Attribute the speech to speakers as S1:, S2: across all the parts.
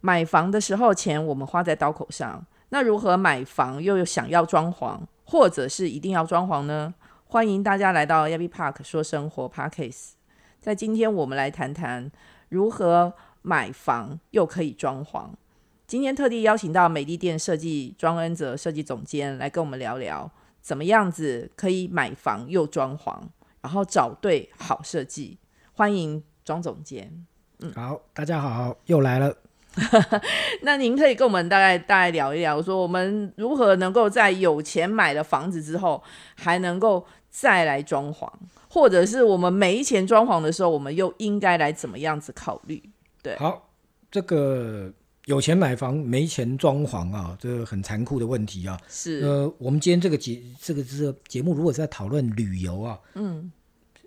S1: 买房的时候钱我们花在刀口上，那如何买房又有想要装潢，或者是一定要装潢呢？欢迎大家来到 Yappy Park 说生活 Parkcase，在今天我们来谈谈如何买房又可以装潢。今天特地邀请到美丽店设计庄恩泽设计总监来跟我们聊聊，怎么样子可以买房又装潢，然后找对好设计。欢迎庄总监。
S2: 好，大家好，又来了。
S1: 那您可以跟我们大概大概聊一聊，说我们如何能够在有钱买了房子之后，还能够再来装潢，或者是我们没钱装潢的时候，我们又应该来怎么样子考虑？对
S2: 好，这个有钱买房没钱装潢啊，这个很残酷的问题啊。
S1: 是
S2: 呃，我们今天这个节这个这个节目如果是在讨论旅游啊，嗯，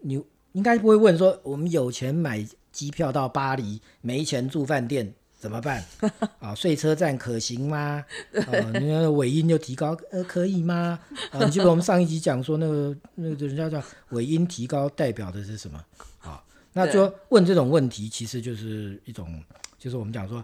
S2: 你应该不会问说我们有钱买机票到巴黎，没钱住饭店。怎么 办啊？睡车站可行吗？啊，你看尾音就提高，呃，可以吗？啊，你记不记得我们上一集讲说那个那个人家叫尾音提高代表的是什么？啊，那
S1: 对
S2: 就问这种问题，其实就是一种，就是我们讲说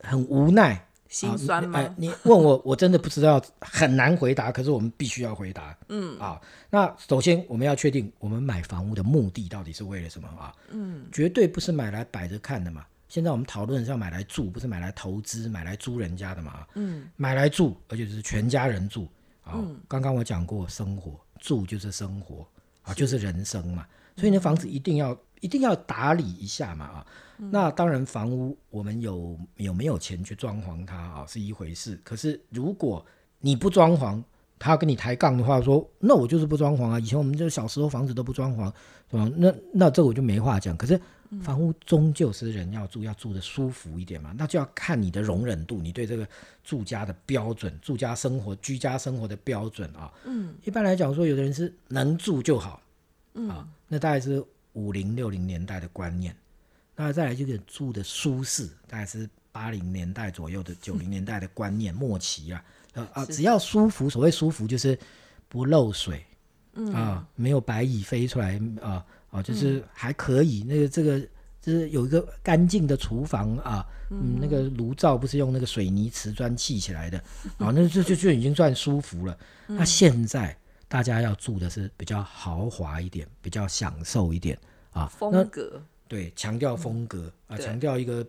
S2: 很无奈，
S1: 心酸
S2: 啊
S1: 吗？
S2: 你哎你问我，我真的不知道，很难回答。可是我们必须要回答。嗯啊，那首先我们要确定，我们买房屋的目的到底是为了什么啊？嗯，绝对不是买来摆着看的嘛。现在我们讨论是要买来住，不是买来投资、买来租人家的嘛。嗯，买来住，而且是全家人住。啊，刚刚我讲过，生活住就是生活啊，就是人生嘛。所以你的房子一定要一定要打理一下嘛啊。那当然，房屋我们有有没有钱去装潢它啊是一回事。可是如果你不装潢，他要跟你抬杠的话说那我就是不装潢啊。以前我们就小时候房子都不装潢，是吧？那那这我就没话讲。可是房屋终究是人要住，要住的舒服一点嘛，那就要看你的容忍度，你对这个住家的标准、住家生活、居家生活的标准啊。嗯，一般来讲说，有的人是能住就好，嗯、啊，那大概是五零六零年代的观念。那再来就是住的舒适，大概是八零年代左右 的九零年代的观念末期啊，呃啊，只要舒服，所谓舒服就是不漏水，嗯啊，没有白蚁飞出来啊啊，就是还可以，那个这个就是有一个干净的厨房啊，嗯，那个炉灶不是用那个水泥瓷砖砌起 来的啊，那就就就已经算舒服了。那现在大家要住的是比较豪华一点，比较享受一点啊，那
S1: 风格
S2: 对，强调风格啊，
S1: 对
S2: 强调一个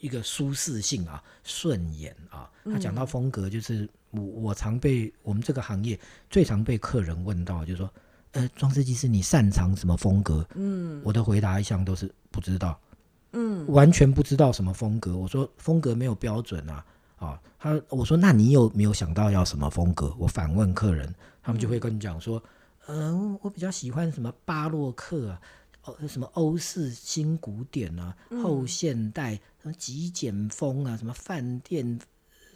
S2: 一个舒适性啊，顺眼啊。他讲到风格，就是我我常被我们这个行业最常被客人问到，就是说，呃，装设计师你擅长什么风格？嗯，我的回答一向都是不知道，嗯，完全不知道什么风格。我说风格没有标准啊。啊，他我说那你有没有想到要什么风格？我反问客人，他们就会跟你讲说，嗯，我比较喜欢什么巴洛克啊，哦，什么欧式新古典啊，后现代什么极简风啊，什么饭店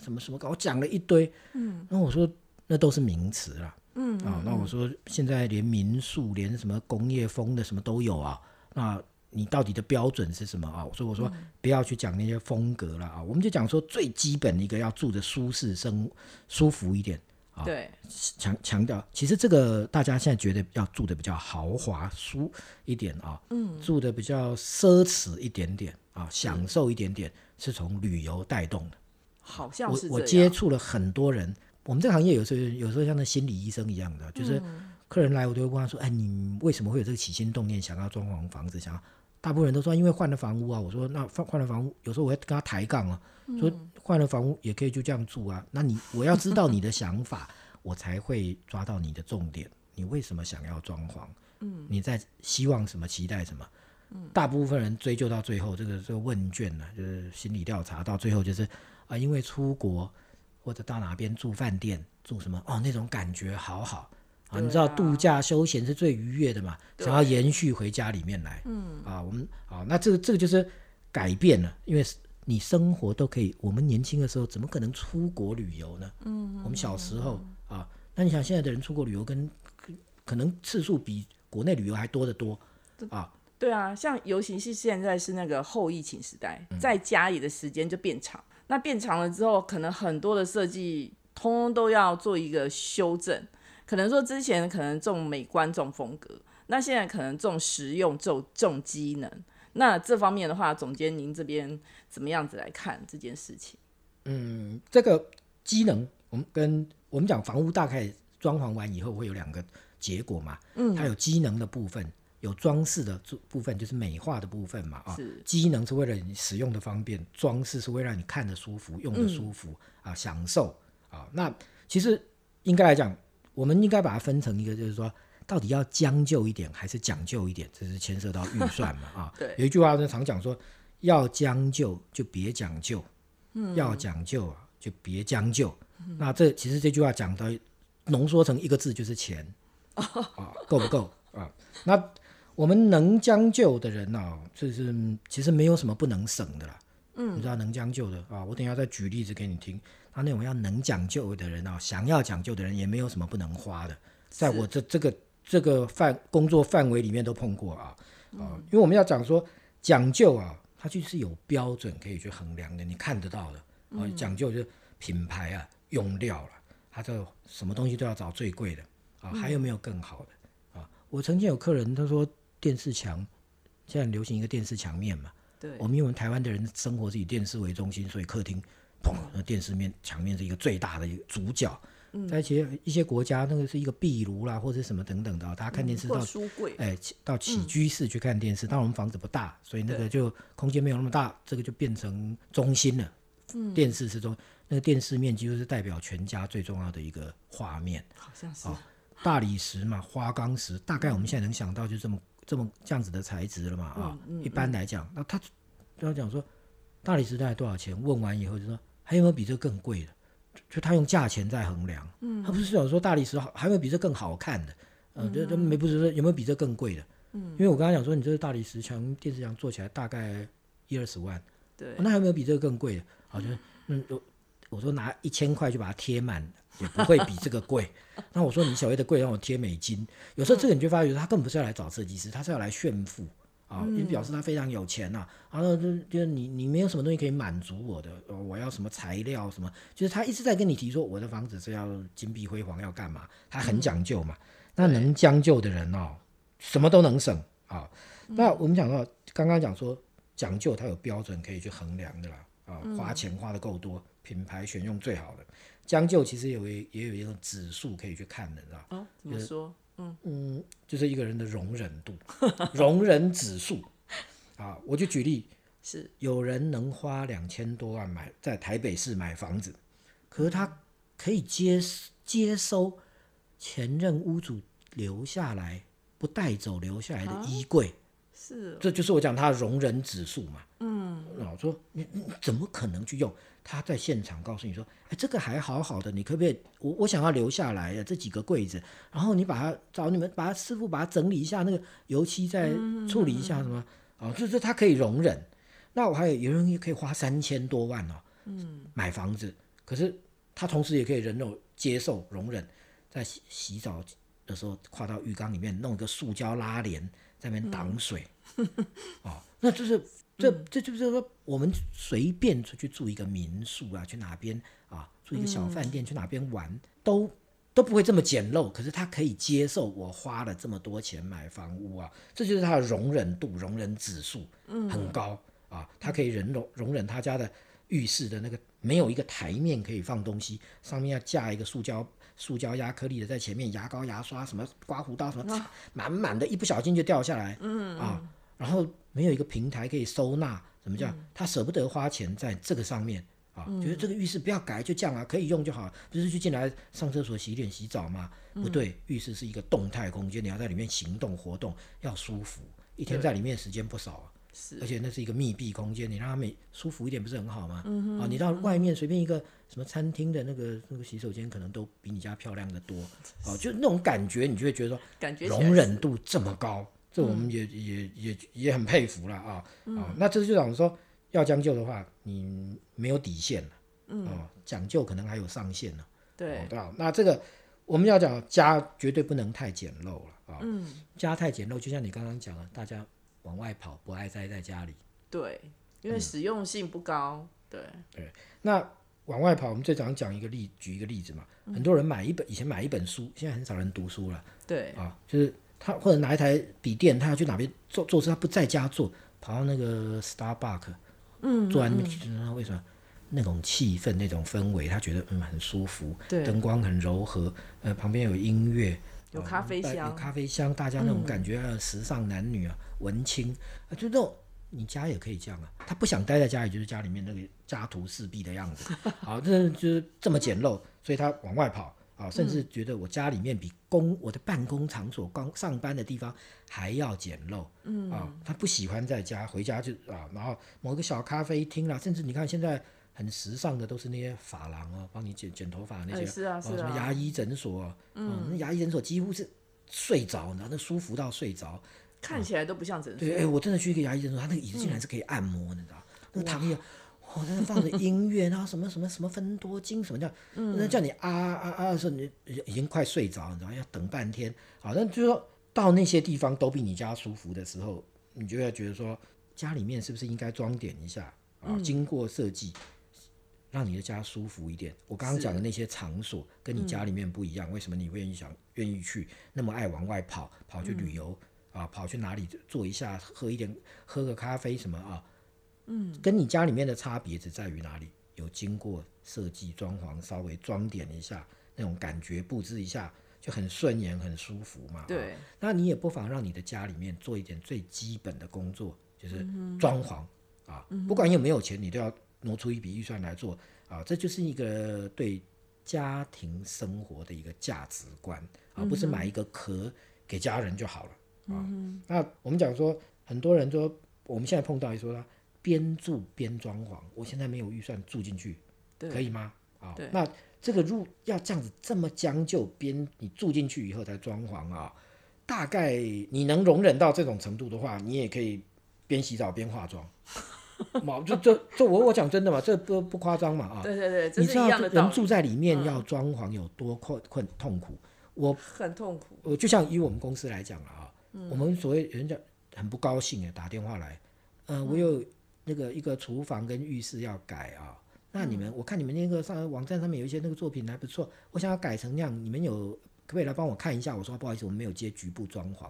S2: 什么什么，我讲了一堆。嗯，那我说那都是名词啦。嗯啊，那我说现在连民宿，连什么工业风的什么都有啊。那你到底的标准是什么啊？所以我说不要去讲那些风格了啊，我们就讲说最基本一个要住的舒适生舒服一点。啊
S1: 对
S2: 强强调，其实这个大家现在觉得要住的比较豪华、舒一点啊，嗯，住的比较奢侈一点点啊，享受一点点，是从旅游带动的。
S1: 好像
S2: 我
S1: 是
S2: 我
S1: 这
S2: 接
S1: 样。
S2: 触了很多人，我们这个行业有时候有时候像那心理医生一样的，就是
S1: 嗯
S2: 客人来，我都会问他说：“哎，你为什么会有这个起心动念，想要装潢房子？想要？”大部分人都说因为换了房屋啊。我说那换换了房屋，有时候我会跟他抬杠啊，说
S1: 嗯
S2: 换了房屋也可以就这样住啊。那你我要知道你的想法，我才会抓到你的重点。你为什么想要装潢？嗯，你在希望什么，期待什么？大部分人追究到最后，这个这个问卷呢、就是心理调查到最后就是啊，因为出国或者到哪边住饭店住什么哦，那种感觉好好啊，
S1: 对
S2: 你知道
S1: 啊
S2: 度假休闲是最愉悦的嘛，
S1: 对
S2: 想要延续回家里面来，嗯啊，我们啊，那这个这个就是改变了，因为你生活都可以，我们年轻的时候怎么可能出国旅游呢？嗯，我们小时候啊，那你想现在的人出国旅游跟可能次数比国内旅游还多得多啊。
S1: 对啊，像尤其是现在是那个后疫情时代，
S2: 嗯
S1: 在家里的时间就变长。那变长了之后，可能很多的设计通通都要做一个修正。可能说之前可能重美观、重风格，那现在可能重实用、重重机能。那这方面的话，总监您这边怎么样子来看这件事情？
S2: 嗯，这个机能，我们跟我们讲房屋大概装潢完以后会有两个结果嘛，嗯，它有机能的部分，有装饰的部部分，就是美化的部分嘛，啊，
S1: 是
S2: 机能是为了你使用的方便，装饰是为了让你看的舒服、用的舒服、
S1: 嗯
S2: 啊，享受啊。那其实应该来讲，我们应该把它分成一个，就是说到底要将就一点还是讲究一点，这是牵涉到预算嘛啊。
S1: 对
S2: 有一句话呢常讲说，要将就就别讲究，嗯，要讲究啊就别将就。那这其实这句话讲到浓缩成一个字就是钱
S1: 哦
S2: 啊，够不够啊？那我们能将就的人哦，就是嗯其实没有什么不能省的啦。嗯，你知道能将就的啊，我等一下再举例子给你听。他那种要能讲究的人哦，想要讲究的人也没有什么不能花的，在我这这个这个范工作范围里面都碰过啊啊，因为我们要讲说讲究啊，它就是有标准可以去衡量的，你看得到的啊，讲究就是品牌啊、用料了、它这什么东西都要找最贵的啊，还有没有更好的啊？我曾经有客人他说电视墙，现在很流行一个电视墙面嘛。
S1: 对，
S2: 我们因为台湾的人生活是以电视为中心，所以客厅砰，那电视面墙面是一个最大的一个主角。在一些一些国家，那个是一个壁炉啦，或者什么等等的哦，大家看电视到
S1: 或书柜，
S2: 哎，起到起居室去看电视。但我们房子不大，所以那个就空间没有那么大，这个就变成中心了。电视是中，那个电视面几乎是代表全家最重要的一个画面。
S1: 好像是、
S2: 哦大理石嘛，花岗石，大概我们现在能想到就这么这么这样子的材质了嘛啊。一般来讲，那他跟他讲说，大理石大概多少钱？问完以后就说还有没有比这更贵的？就就他用价钱在衡量，嗯，他不是想说大理石好，还有没有比这更好看的？嗯，这这没不是说有没有比这更贵的？嗯，因为我刚才讲说，你这个大理石墙电视墙做起来大概一二十万，
S1: 对
S2: 哦，那还有没有比这个更贵的？好，就是嗯，我我说拿一千块就把它贴满，也不会比这个贵。那我说你所谓的贵，让我贴美金。有时候这个你就发觉，他根本不是要来找设计师，他是要来炫富啊，因为表示他非常有钱呐、啊。然后就就是你你没有什么东西可以满足我的，呃我要什么材料什么，就是他一直在跟你提说我的房子是要金碧辉煌，要干嘛？他很讲究嘛。那能将就的人哦，什么都能省啊。那我们讲到刚刚讲说讲究它有标准可以去衡量的啦，啊，花钱花的够多，品牌选用最好的。将就其实有一也有一种指数可以去看的，你知道，
S1: 哦，怎么说？
S2: 就是一个人的容忍度， 容忍指数啊。我就举例，
S1: 是
S2: 有人能花两千多万买在台北市买房子，可是他可以接接收前任屋主留下来不带走留下来的衣柜。
S1: 是
S2: 这就是我讲他的容忍指数嘛。嗯，我说你你怎么可能去用？他在现场告诉你说，哎，这个还好好的，你可不可以？我我想要留下来啊的这几个柜子，然后你把它找你们把它师傅把它整理一下，那个油漆再处理一下什么？哦，这这他可以容忍。那我还有有人也可以花三千多万哦，嗯，买房子，可是他同时也可以忍受、接受、容忍，在洗洗澡的时候跨到浴缸里面弄一个塑胶拉帘在那边挡水，哦，那就是这这就是说，我们随便出去住一个民宿啊，去哪边啊，住一个小饭店，去哪边玩，都都不会这么简陋。可是他可以接受我花了这么多钱买房屋啊，这就是他的容忍度、容忍指数很高啊，他可以忍容容忍他家的浴室的那个没有一个台面可以放东西，上面要架一个塑胶。塑胶压颗粒的在前面，牙膏、牙刷、什么刮胡刀什么，满满的，一不小心就掉下来。嗯啊，然后没有一个平台可以收纳，怎么叫？他舍不得花钱在这个上面啊，觉得这个浴室不要改，就这样啊，可以用就好，不是去进来上厕所、洗脸、洗澡吗？不对，浴室是一个动态空间，你要在里面行动、活动，要舒服，一天在里面时间不少啊。
S1: 是
S2: 而且那是一个密闭空间，你让它美舒服一点不是很好吗？啊，你到外面随便一个什么餐厅的那个那个洗手间，可能都比你家漂亮的多。啊，就那种感觉，你就会觉得说
S1: 感觉起来嗯
S2: 容忍度这么高，这我们也、也也也很佩服了啊、啊！那这就讲说，要将就的话，你没有底线了，嗯、讲究可能还有上限呢。
S1: 对
S2: 哦，对啊，那这个我们要讲家绝对不能太简陋了啊。嗯，家太简陋，就像你刚刚讲的，大家往外跑，不爱待在家里。
S1: 对，因
S2: 嗯
S1: 为实用性不高，对，
S2: 那往外跑，我们最常讲一个例，举一个例子嘛。
S1: 嗯
S2: 很多人买一本，以前买一本书，现在很少人读书了
S1: 对，
S2: 啊。就是他或者拿一台笔电，他要去哪边做做事，他不在家做，跑到那个 Starbucks，嗯，坐在那边，嗯、为什么？那种气氛、那种氛围，他觉得嗯很舒服，
S1: 对
S2: 灯光很柔和，呃，旁边有音乐，
S1: 有咖啡
S2: 呃有
S1: 香，嗯
S2: 咖啡香，大家那种感觉，呃，时尚男女啊，文青啊，就那种。你家也可以这样啊，他不想待在家里，就是家里面那个家徒四壁的样子。 好，这就是这么简陋，所以他往外跑啊，甚至觉得我家里面比公、我的办公场所、刚上班的地方还要简陋。嗯啊，他不喜欢在家，回家就啊，然后某个小咖啡厅啊啦，甚至你看现在很时尚的都是那些发廊啊，帮你剪剪头发那些
S1: 哎，是啊
S2: 哦
S1: 是
S2: 什么
S1: 啊，
S2: 牙医诊所啊，嗯，那牙医诊所几乎是睡着，然后那舒服到睡着。
S1: 看起来都不像诊所
S2: 啊对，哎、，我真的去一个牙医诊所，他那个椅子竟然是可以按摩的，你知道？那个躺椅啊，我在那放着音乐，然后什么什么什么芬多精什么叫，那叫你啊啊啊的时候，你已经快睡着，你知道？要等半天。好，那就是说到那些地方都比你家舒服的时候，你就要觉得说，家里面是不是应该装点一下啊？经过设计。让你的家舒服一点。我刚刚讲的那些场所跟你家里面不一样，为什么你愿意想愿意去那么爱往外跑，跑去旅游、啊，跑去哪里坐一下，喝一点喝个咖啡什么啊？嗯，跟你家里面的差别只在于哪里？有经过设计、装潢，稍微装点一下，那种感觉布置一下就很顺眼、很舒服嘛。啊
S1: 对，
S2: 那你也不妨让你的家里面做一点最基本的工作，就是装潢、啊，不管有没有钱，你都要挪出一笔预算来做啊，这就是一个对家庭生活的一个价值观啊，不是买一个壳给家人就好了啊。那我们讲说，很多人说我们现在碰到一说他边住边装潢，我现在没有预算住进去，
S1: 对
S2: 可以吗？啊
S1: 对，
S2: 那这个入要这样子这么将就，边你住进去以后再装潢啊，大概你能容忍到这种程度的话，你也可以边洗澡边 化妆。哦嘛，这这这我我讲真的嘛，这不不夸张嘛啊。
S1: 对对对，这
S2: 你
S1: 是
S2: 知
S1: 一
S2: 道
S1: 样的
S2: 人
S1: 道理，嗯
S2: 住在里面要装潢有多困困痛苦？我
S1: 很痛苦，
S2: 呃我就像以我们公司来讲了啊，我们所谓人家很不高兴哎，打电话来，呃，我有那个一个厨房跟浴室要改啊。那你们，我看你们那个上网站上面有一些那个作品还不错，我想要改成那样，你们有可不可以来帮我看一下？我说不好意思，我们没有接局部装潢，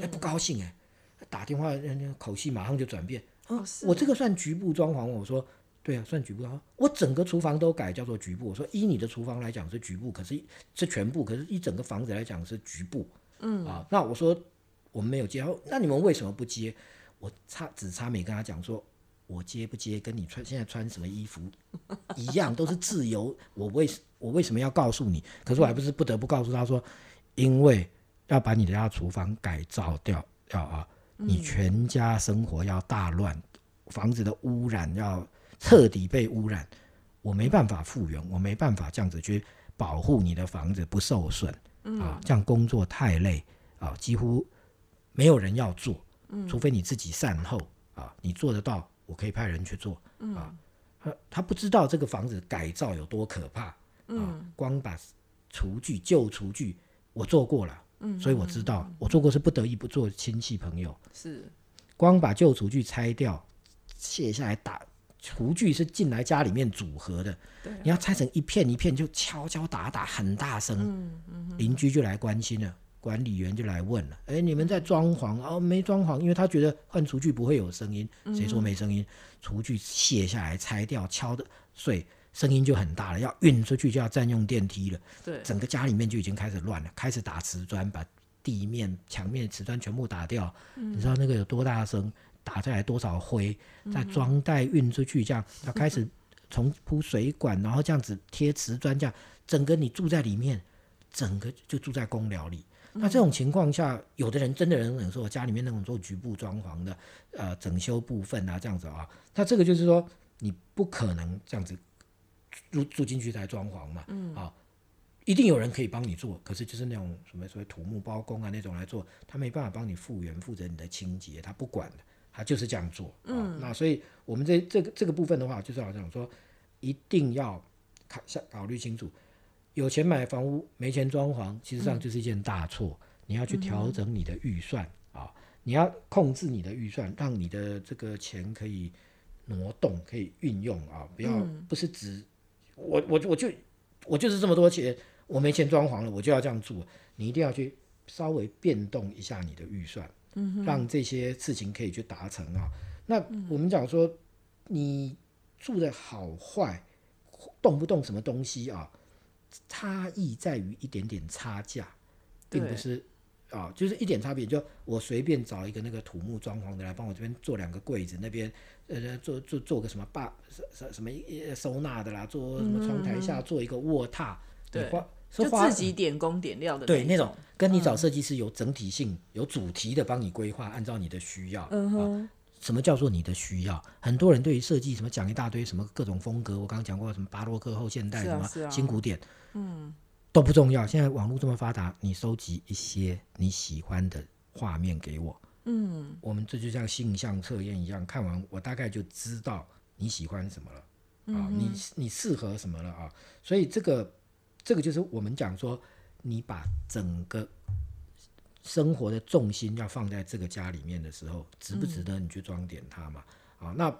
S2: 哎，不高兴哎，打电话人家口气马上就转变，
S1: 哦是
S2: 我这个算局部装潢吗？我说对啊，算局部装潢。我整个厨房都改叫做局部。我说依你的厨房来讲是局部，可是是全部，可是一整个房子来讲是局部。嗯啊，那我说我们没有接，哦那你们为什么不接？我差只差没跟他讲说。我接不接跟你穿现在穿什么衣服一样，都是自由。我为我为什么要告诉你？可是我还不是不得不告诉他说，因为要把你的家厨房改造掉，要啊，你全家生活要大乱，房子的污染要彻底被污染，我没办法复原，我没办法这样子去保护你的房子不受损，啊，这样工作太累啊，几乎没有人要做，除非你自己善后啊，你做得到，我可以派人去做啊。他他不知道这个房子改造有多可怕啊，光把厨具旧厨具我做过了，所以我知道我做过是不得已不做亲戚朋友。
S1: 是
S2: 光把旧厨具拆掉、卸下来打，厨具是进来家里面组合的，
S1: 对
S2: 你要拆成一片一片，就敲敲打打很大声，邻居就来关心了，管理员就来问了，哎，你们在装潢哦？没装潢，因为他觉得换厨具不会有声音，谁说没声音？厨具卸下来拆掉敲的碎，声音就很大了，要运出去就要占用电梯了。
S1: 对
S2: 整个家里面就已经开始乱了，开始打瓷砖，把地面、墙面瓷砖全部打掉。你知道那个有多大声？打下来多少灰？再装袋运出去，这样要开始重铺水管，然后这样子贴瓷砖，这样整个你住在里面，整个就住在公寮里。那这种情况下，有的人真的人忍受家里面那种做局部装潢的，呃，整修部分啊，这样子啊，那这个就是说你不可能这样子住住进去才装潢嘛，嗯啊，一定有人可以帮你做，可是就是那种什么所谓土木包工啊那种来做，他没办法帮你复原，负责你的清洁，他不管的，他就是这样做。啊、那所以我们这这个这个部分的话，就是好像说一定要考下考虑清楚，有钱买房屋，没钱装潢，其实上就是一件大错。你要去调整你的预算啊、你要控制你的预算，让你的这个钱可以挪动，可以运用啊，不要不是只我我我就我就是这么多钱，我没钱装潢了，我就要这样住。你一定要去稍微变动一下你的预算，嗯、让这些事情可以去达成啊。那我们讲说，你住的好坏，动不动什么东西啊，差异在于一点点差价，并不
S1: 对
S2: 是啊，就是一点差别。就我随便找一个那个土木装潢的来帮我这边做两个柜子，那边呃做做做个什么坝什什什么呃收纳的啦，做什么窗台下做一个卧榻，你
S1: 嗯对
S2: 花是
S1: 就
S2: 花
S1: 自己点工点料的
S2: 对
S1: 那嗯
S2: 那种，跟你找设计师有整体性、有主题的帮你规划，按照你的需要。嗯哼、什么叫做你的需要？很多人对于设计什么讲一大堆什么各种风格，我刚刚讲过什么巴洛克、后现代、
S1: 是啊是
S2: 什
S1: 啊
S2: 么新古典，嗯，都不重要。现在网络这么发达，你收集一些你喜欢的画面给我，嗯，我们这就像性向测验一样，看完我大概就知道你喜欢什么了。
S1: 嗯
S2: 啊，你你适合什么了啊？所以这个这个就是我们讲说，你把整个生活的重心要放在这个家里面的时候，值不值得你去装点它嘛？啊，那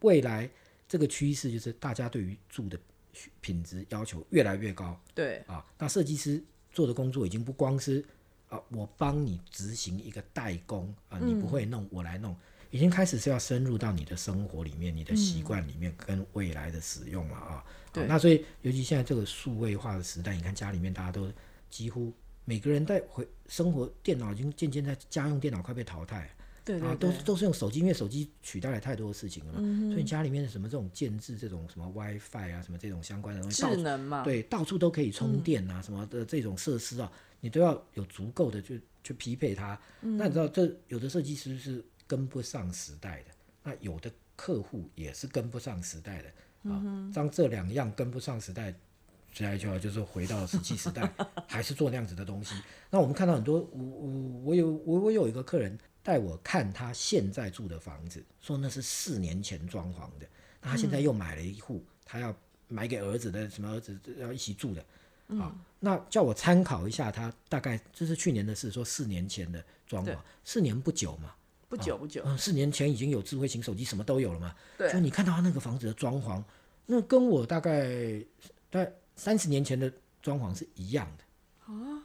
S2: 未来这个趋势就是大家对于住的需品质要求越来越高
S1: 对
S2: 啊。那设计师做的工作已经不光是啊，我帮你执行一个代工啊，你
S1: 嗯
S2: 不会弄，我来弄。已经开始是要深入到你的生活里面、你的习惯里面跟未来的使用了啊。
S1: 嗯对
S2: 啊那所以尤其现在这个数位化的时代，你看家里面大家都几乎每个人在回生活，电脑已经渐渐在家用电脑快被淘汰了。
S1: 对
S2: 啊
S1: 对，
S2: 都
S1: 对嗯
S2: 是，都是用手机，因为手机取代了太多的事情了嘛。所以你家里面的什么这种建制、这种什么 WiFi 啊、什么这种相关的东西，到
S1: 智
S2: 处
S1: 能嘛，
S2: 对到处都可以充电啊、什么的这种设施啊，你都要有足够的去去匹配它。那你知道，这有的设计师是跟不上时代的，那有的客户也是跟不上时代的啊。当这两样跟不上时代，接下来就要就是回到石器时代，还是做那样子的东西。那我们看到很多，我我我有我我有一个客人带我看他现在住的房子，说那是四年前装潢的，那他现在又买了一户，他要买给儿子的，什么儿子要一起住的。啊，那叫我参考一下他大概这是去年的事，说四年前的装潢
S1: 对，
S2: 四年不久嘛，
S1: 不久不久，
S2: 嗯，四年前已经有智慧型手机，什么都有了嘛。就
S1: 对
S2: 你看到他那个房子的装潢，那跟我大概在三十年前的装潢是一样的啊，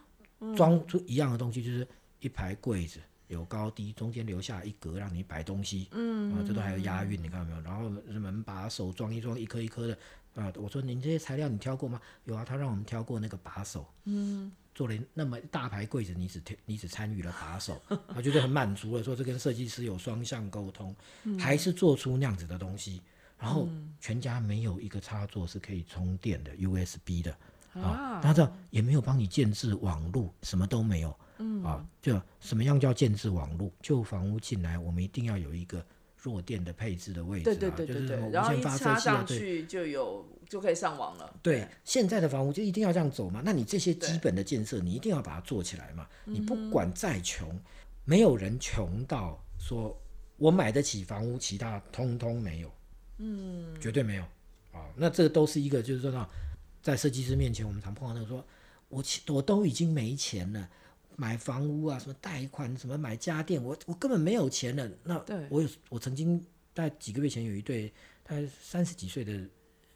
S2: 装出一样的东西，就是一排柜子，有高低，中间留下一格让你摆东西，嗯，啊，这都还有押韵，你看到没有？然后门把手装一装，一颗一颗的，啊，我说您这些材料你挑过吗？有啊，他让我们挑过那个把手，嗯。做了那么一大排柜子，你只挑你只参与了把手， 他觉得很满足了，说这跟设计师有双向沟通，还是做出那样子的东西，然后
S1: 嗯
S2: 全家没有一个插座是可以充电的 USB 的啊，他这也没有帮你建制网路，什么都没有，嗯啊，就什么样叫建制网路？就房屋进来，我们一定要有一个弱电的配置的位置、啊，
S1: 对对对对
S2: 就是什么
S1: 对，
S2: 无
S1: 然后一
S2: 线发射
S1: 插
S2: 器啊，
S1: 上
S2: 对。
S1: 去就有就可以上网了，
S2: 对，现在的房屋就一定要这样走嘛？那你这些
S1: 对
S2: 基本的建设，你一定要把它做起来嘛？你不管再穷，没有人穷到说我买得起房屋，其他通通没有，嗯，绝对没有啊。那这个都是一个，就是说呢，在设计师面前，我们常碰到那个说，我其我都已经没钱了。买房屋啊，什么贷款，什么买家电，我我根本没有钱了。那
S1: 对
S2: 我有，我曾经在几个月前有一对，大概三十几岁的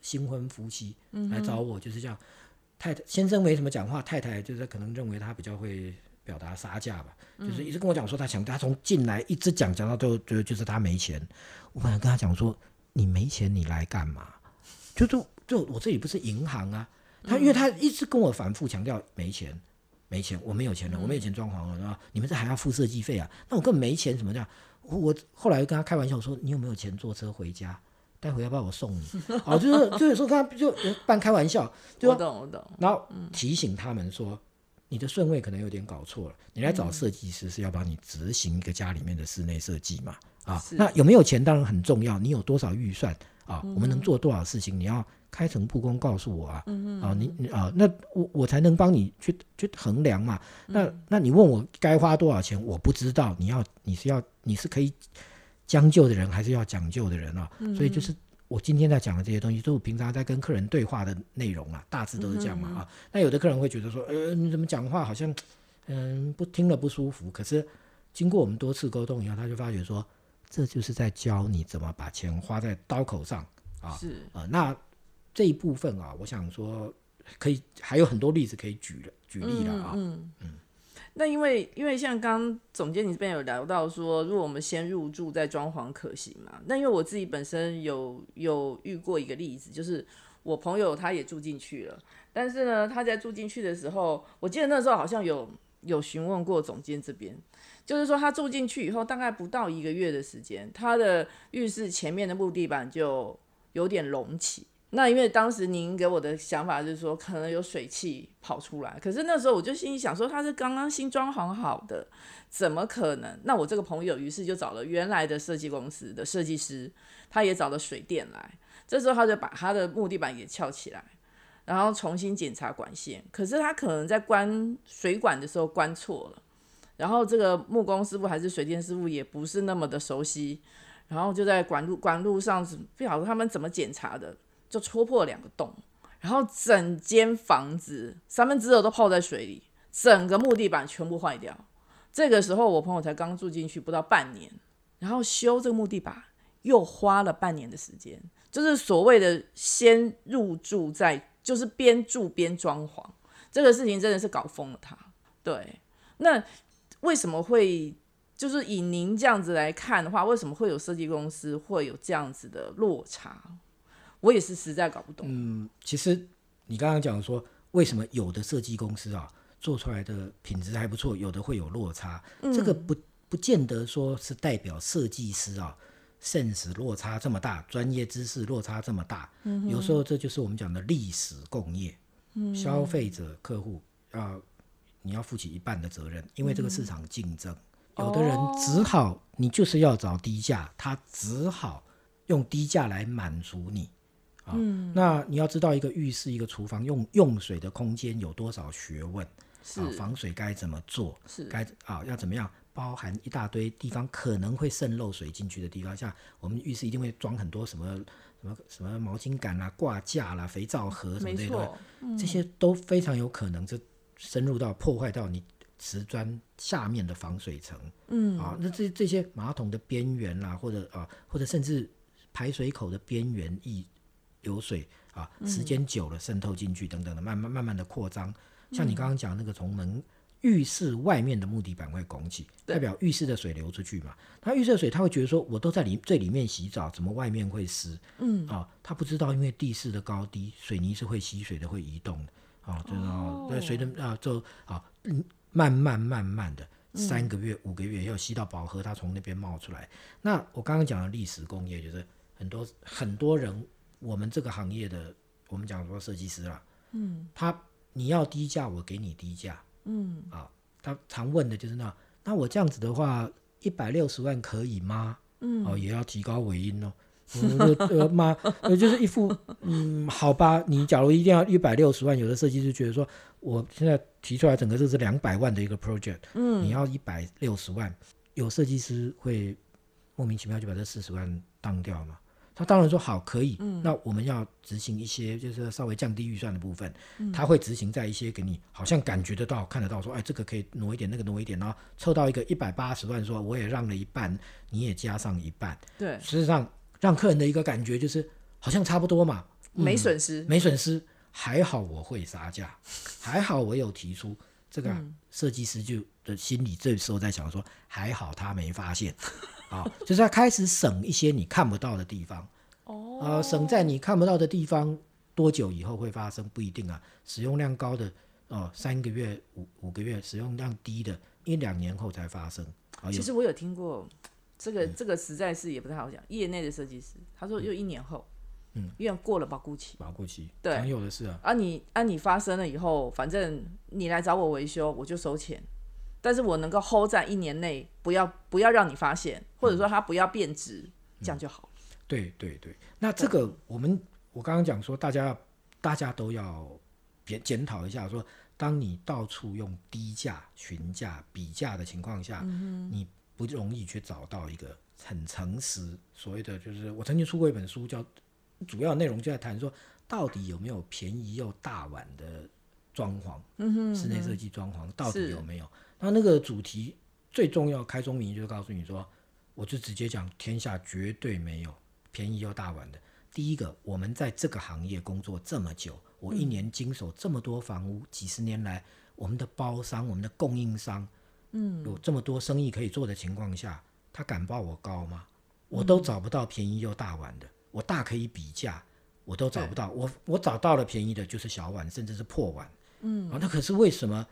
S2: 新婚夫妻来找我，就是这样。太太先生没什么讲话，太太就是可能认为他比较会表达杀价吧，就是一直跟我讲说他想，他从进来一直讲讲到最后，就就是他没钱。我本来跟他讲说，你没钱你来干嘛？就就就我这里不是银行啊，他因为他一直跟我反复强调没钱。没钱，我没有钱了，我没有钱装潢了，然后你们这还要付设计费啊？那我根本没钱，什么这样？我我后来跟他开玩笑我说，你有没有钱坐车回家？待会要不要我送你？哦，就是就是说他就半开玩笑，就
S1: 我
S2: 说
S1: 懂我懂，
S2: 然后提醒他们说，你的顺位可能有点搞错了，你来找设计师是要帮你执行一个家里面的室内设计嘛？啊，
S1: 是
S2: 那有没有钱当然很重要，你有多少预算啊？我们能做多少事情，你要开诚布公告诉我啊。啊，你你啊，那我我才能帮你去去衡量嘛。那那你问我该花多少钱，我不知道，你要你是要你是可以将就的人，还是要讲究的人啊？所以就是我今天在讲的这些东西，都是我平常在跟客人对话的内容啊，大致都是这样嘛啊。那有的客人会觉得说，呃，你怎么讲话好像，嗯，不听了不舒服。可是经过我们多次沟通以后，他就发觉说，这就是在教你怎么把钱花在刀口上啊。
S1: 是
S2: 啊、那这一部分啊，我想说可以还有很多例子可以举了举例了啊。
S1: 嗯，那因为因为像刚刚总监你这边有聊到说，如果我们先入住再装潢可行嘛？那因为我自己本身有有遇过一个例子，就是我朋友他也住进去了，但是呢，他在住进去的时候，我记得那时候好像有有询问过总监这边，就是说他住进去以后，大概不到一个月的时间，他的浴室前面的木地板就有点隆起。那因为当时您给我的想法就是说，可能有水汽跑出来，可是那时候我就心里想说，它是刚刚新装潢好的，怎么可能？那我这个朋友于是就找了原来的设计公司的设计师，他也找了水电来，这时候他就把他的木地板也翘起来，然后重新检查管线，可是他可能在关水管的时候关错了，然后这个木工师傅还是水电师傅也不是那么的熟悉，然后就在管路管路上不晓得他们怎么检查的。就戳破两个洞，然后整间房子三分之二都泡在水里，整个木地板全部坏掉。这个时候我朋友才刚住进去不到半年，然后修这个木地板又花了半年的时间，就是所谓的先入住再，就是边住边装潢，这个事情真的是搞疯了他。对，那为什么会？就是以您这样子来看的话，为什么会有设计公司会有这样子的落差？我也是实在搞不懂。
S2: 嗯，其实你刚刚讲说，为什么有的设计公司啊做出来的品质还不错，有的会有落差，这个不不见得说是代表设计师啊 sense 落差这么大，专业知识落差这么大。有时候这就是我们讲的历史共业，消费者客户啊、你要负起一半的责任，因为这个市场竞争，有的人只好、你就是要找低价，他只好用低价来满足你。啊，
S1: 嗯
S2: 那你要知道一个浴室、一个厨房用用水的空间有多少学问
S1: 是
S2: 啊，防水该怎么做，
S1: 是
S2: 该啊要怎么样，包含一大堆地方可能会渗漏水进去的地方，像我们浴室一定会装很多什么什么什么毛巾杆啦、啊挂架啦、肥皂盒什么啊
S1: 没
S2: 这些东西，
S1: 错，
S2: 这些都非常有可能就深入到破坏到你瓷砖下面的防水层。嗯，啊，那这这些马桶的边缘啦，或者啊，或者甚至排水口的边缘溢流水啊，时间久了渗透进去等等的，慢慢慢慢的扩张。像你刚刚讲那个从门。浴室外面的木地板会拱起，代表浴室的水流出去嘛？那浴室的水，他会觉得说，我都在里最里面洗澡，怎么外面会湿？嗯，啊、他不知道，因为地势的高低，水泥是会吸水的，会移动的。啊，就是哦，对，随着啊，就啊，嗯，慢慢慢慢的，三个月、五个月要吸到饱和，它从那边冒出来。那我刚刚讲的历史工业，就是很多很多人，我们这个行业的，我们讲说设计师啦，嗯，他你要低价，我给你低价，嗯，啊，他常问的就是那，那我这样子的话，一百六十万可以吗？嗯，哦，也要提高尾音哦。我就呃妈， 呃就是一副嗯，好吧，你假如一定要一百六十万，有的设计师觉得说，我现在提出来整个这是两百万的一个 project，嗯，你要一百六十万，有设计师会莫名其妙就把这四十万当掉嘛？他当然说好可以，那我们要执行一些就是稍微降低预算的部分，他会执行在一些给你好像感觉得到、看得到说，哎，这个可以挪一点，那个挪一点，然后凑到一个一百八十万，说我也让了一半，你也加上一半，
S1: 对，
S2: 事实上让客人的一个感觉就是好像差不多嘛，
S1: 没损失。
S2: 没损失，还好我会杀价，还好我有提出这个啊
S1: 嗯
S2: 设计师就的心里这时候在想说，还好他没发现， 啊，就是他开始省一些你看不到的地方，
S1: 哦，
S2: 呃，省在你看不到的地方，多久以后会发生不一定啊，使用量高的哦、三个月五五个月，使用量低的一两年后才发生，啊，
S1: 其
S2: 有嗯
S1: 实我有听过这个，这个实在是也不太好讲。业内的设计师他说，就一年后，嗯，因为过了保固期
S2: 保护期，
S1: 对
S2: 常有的是啊，
S1: 啊你，啊你发生了以后，反正你来找我维修，我就收钱，但是我能够 hold 在一年内，不要不要让你发现，或者说它不要变质，
S2: 嗯
S1: 这样就好了。
S2: 对对对，那这个我们我刚刚讲说，大家大家都要检检讨一下说，当你到处用低价、询价、比价的情况下，你不容易去找到一个很诚实。所谓的就是我曾经出过一本书，叫主要内容就在谈说，到底有没有便宜又大碗的装潢，室内设计装潢到底
S1: 是
S2: 有没有？那那个主题最重要，开宗明义就是告诉你说，我就直接讲，天下绝对没有便宜又大碗的。第一个，我们在这个行业工作这么久，我一年经手这么多房屋，几十年来，我们的包商、我们的供应商，嗯，有这么多生意可以做的情况下，他敢报我高吗？我都找不到便宜又大碗的，我大可以比价，我都找不到。我我找到了便宜的，就是小碗，甚至是破碗。嗯，啊，那可是为什么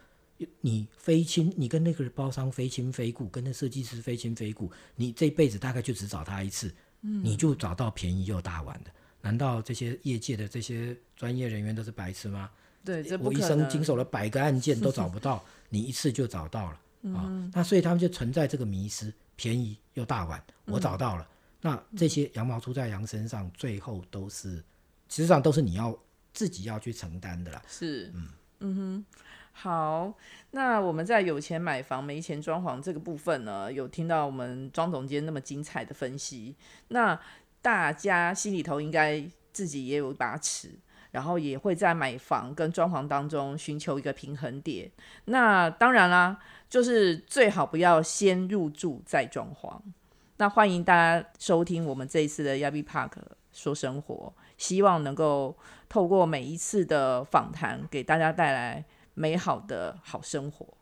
S2: 你非亲，你跟那个包商非亲非故，跟那设计师非亲非故，你这辈子大概就只找他一次，嗯，你就找到便宜又大碗的？难道这些业界的这些专业人员都是白痴吗？
S1: 对，这不
S2: 我一
S1: 可
S2: 生经
S1: 能。
S2: 手了百个 案件都找不到，你一次就找到了
S1: 嗯
S2: 啊。那所以他们就存在这个迷失，便宜又大碗，我
S1: 嗯
S2: 找到了。那这些羊毛出在羊身上，最后都是，实际上都是你要自己要去承担的啦。
S1: 是，嗯哼，好，那我们在有钱买房没钱装潢这个部分呢，有听到我们庄总监那么精彩的分析，那大家心里头应该自己也有一把尺。然后也会在买房跟装潢当中寻求一个平衡点。那当然啦，就是最好不要先入住再装潢。那欢迎大家收听我们这一次的 Yabi Park 说生活，希望能够透过每一次的访谈，给大家带来美好的好生活。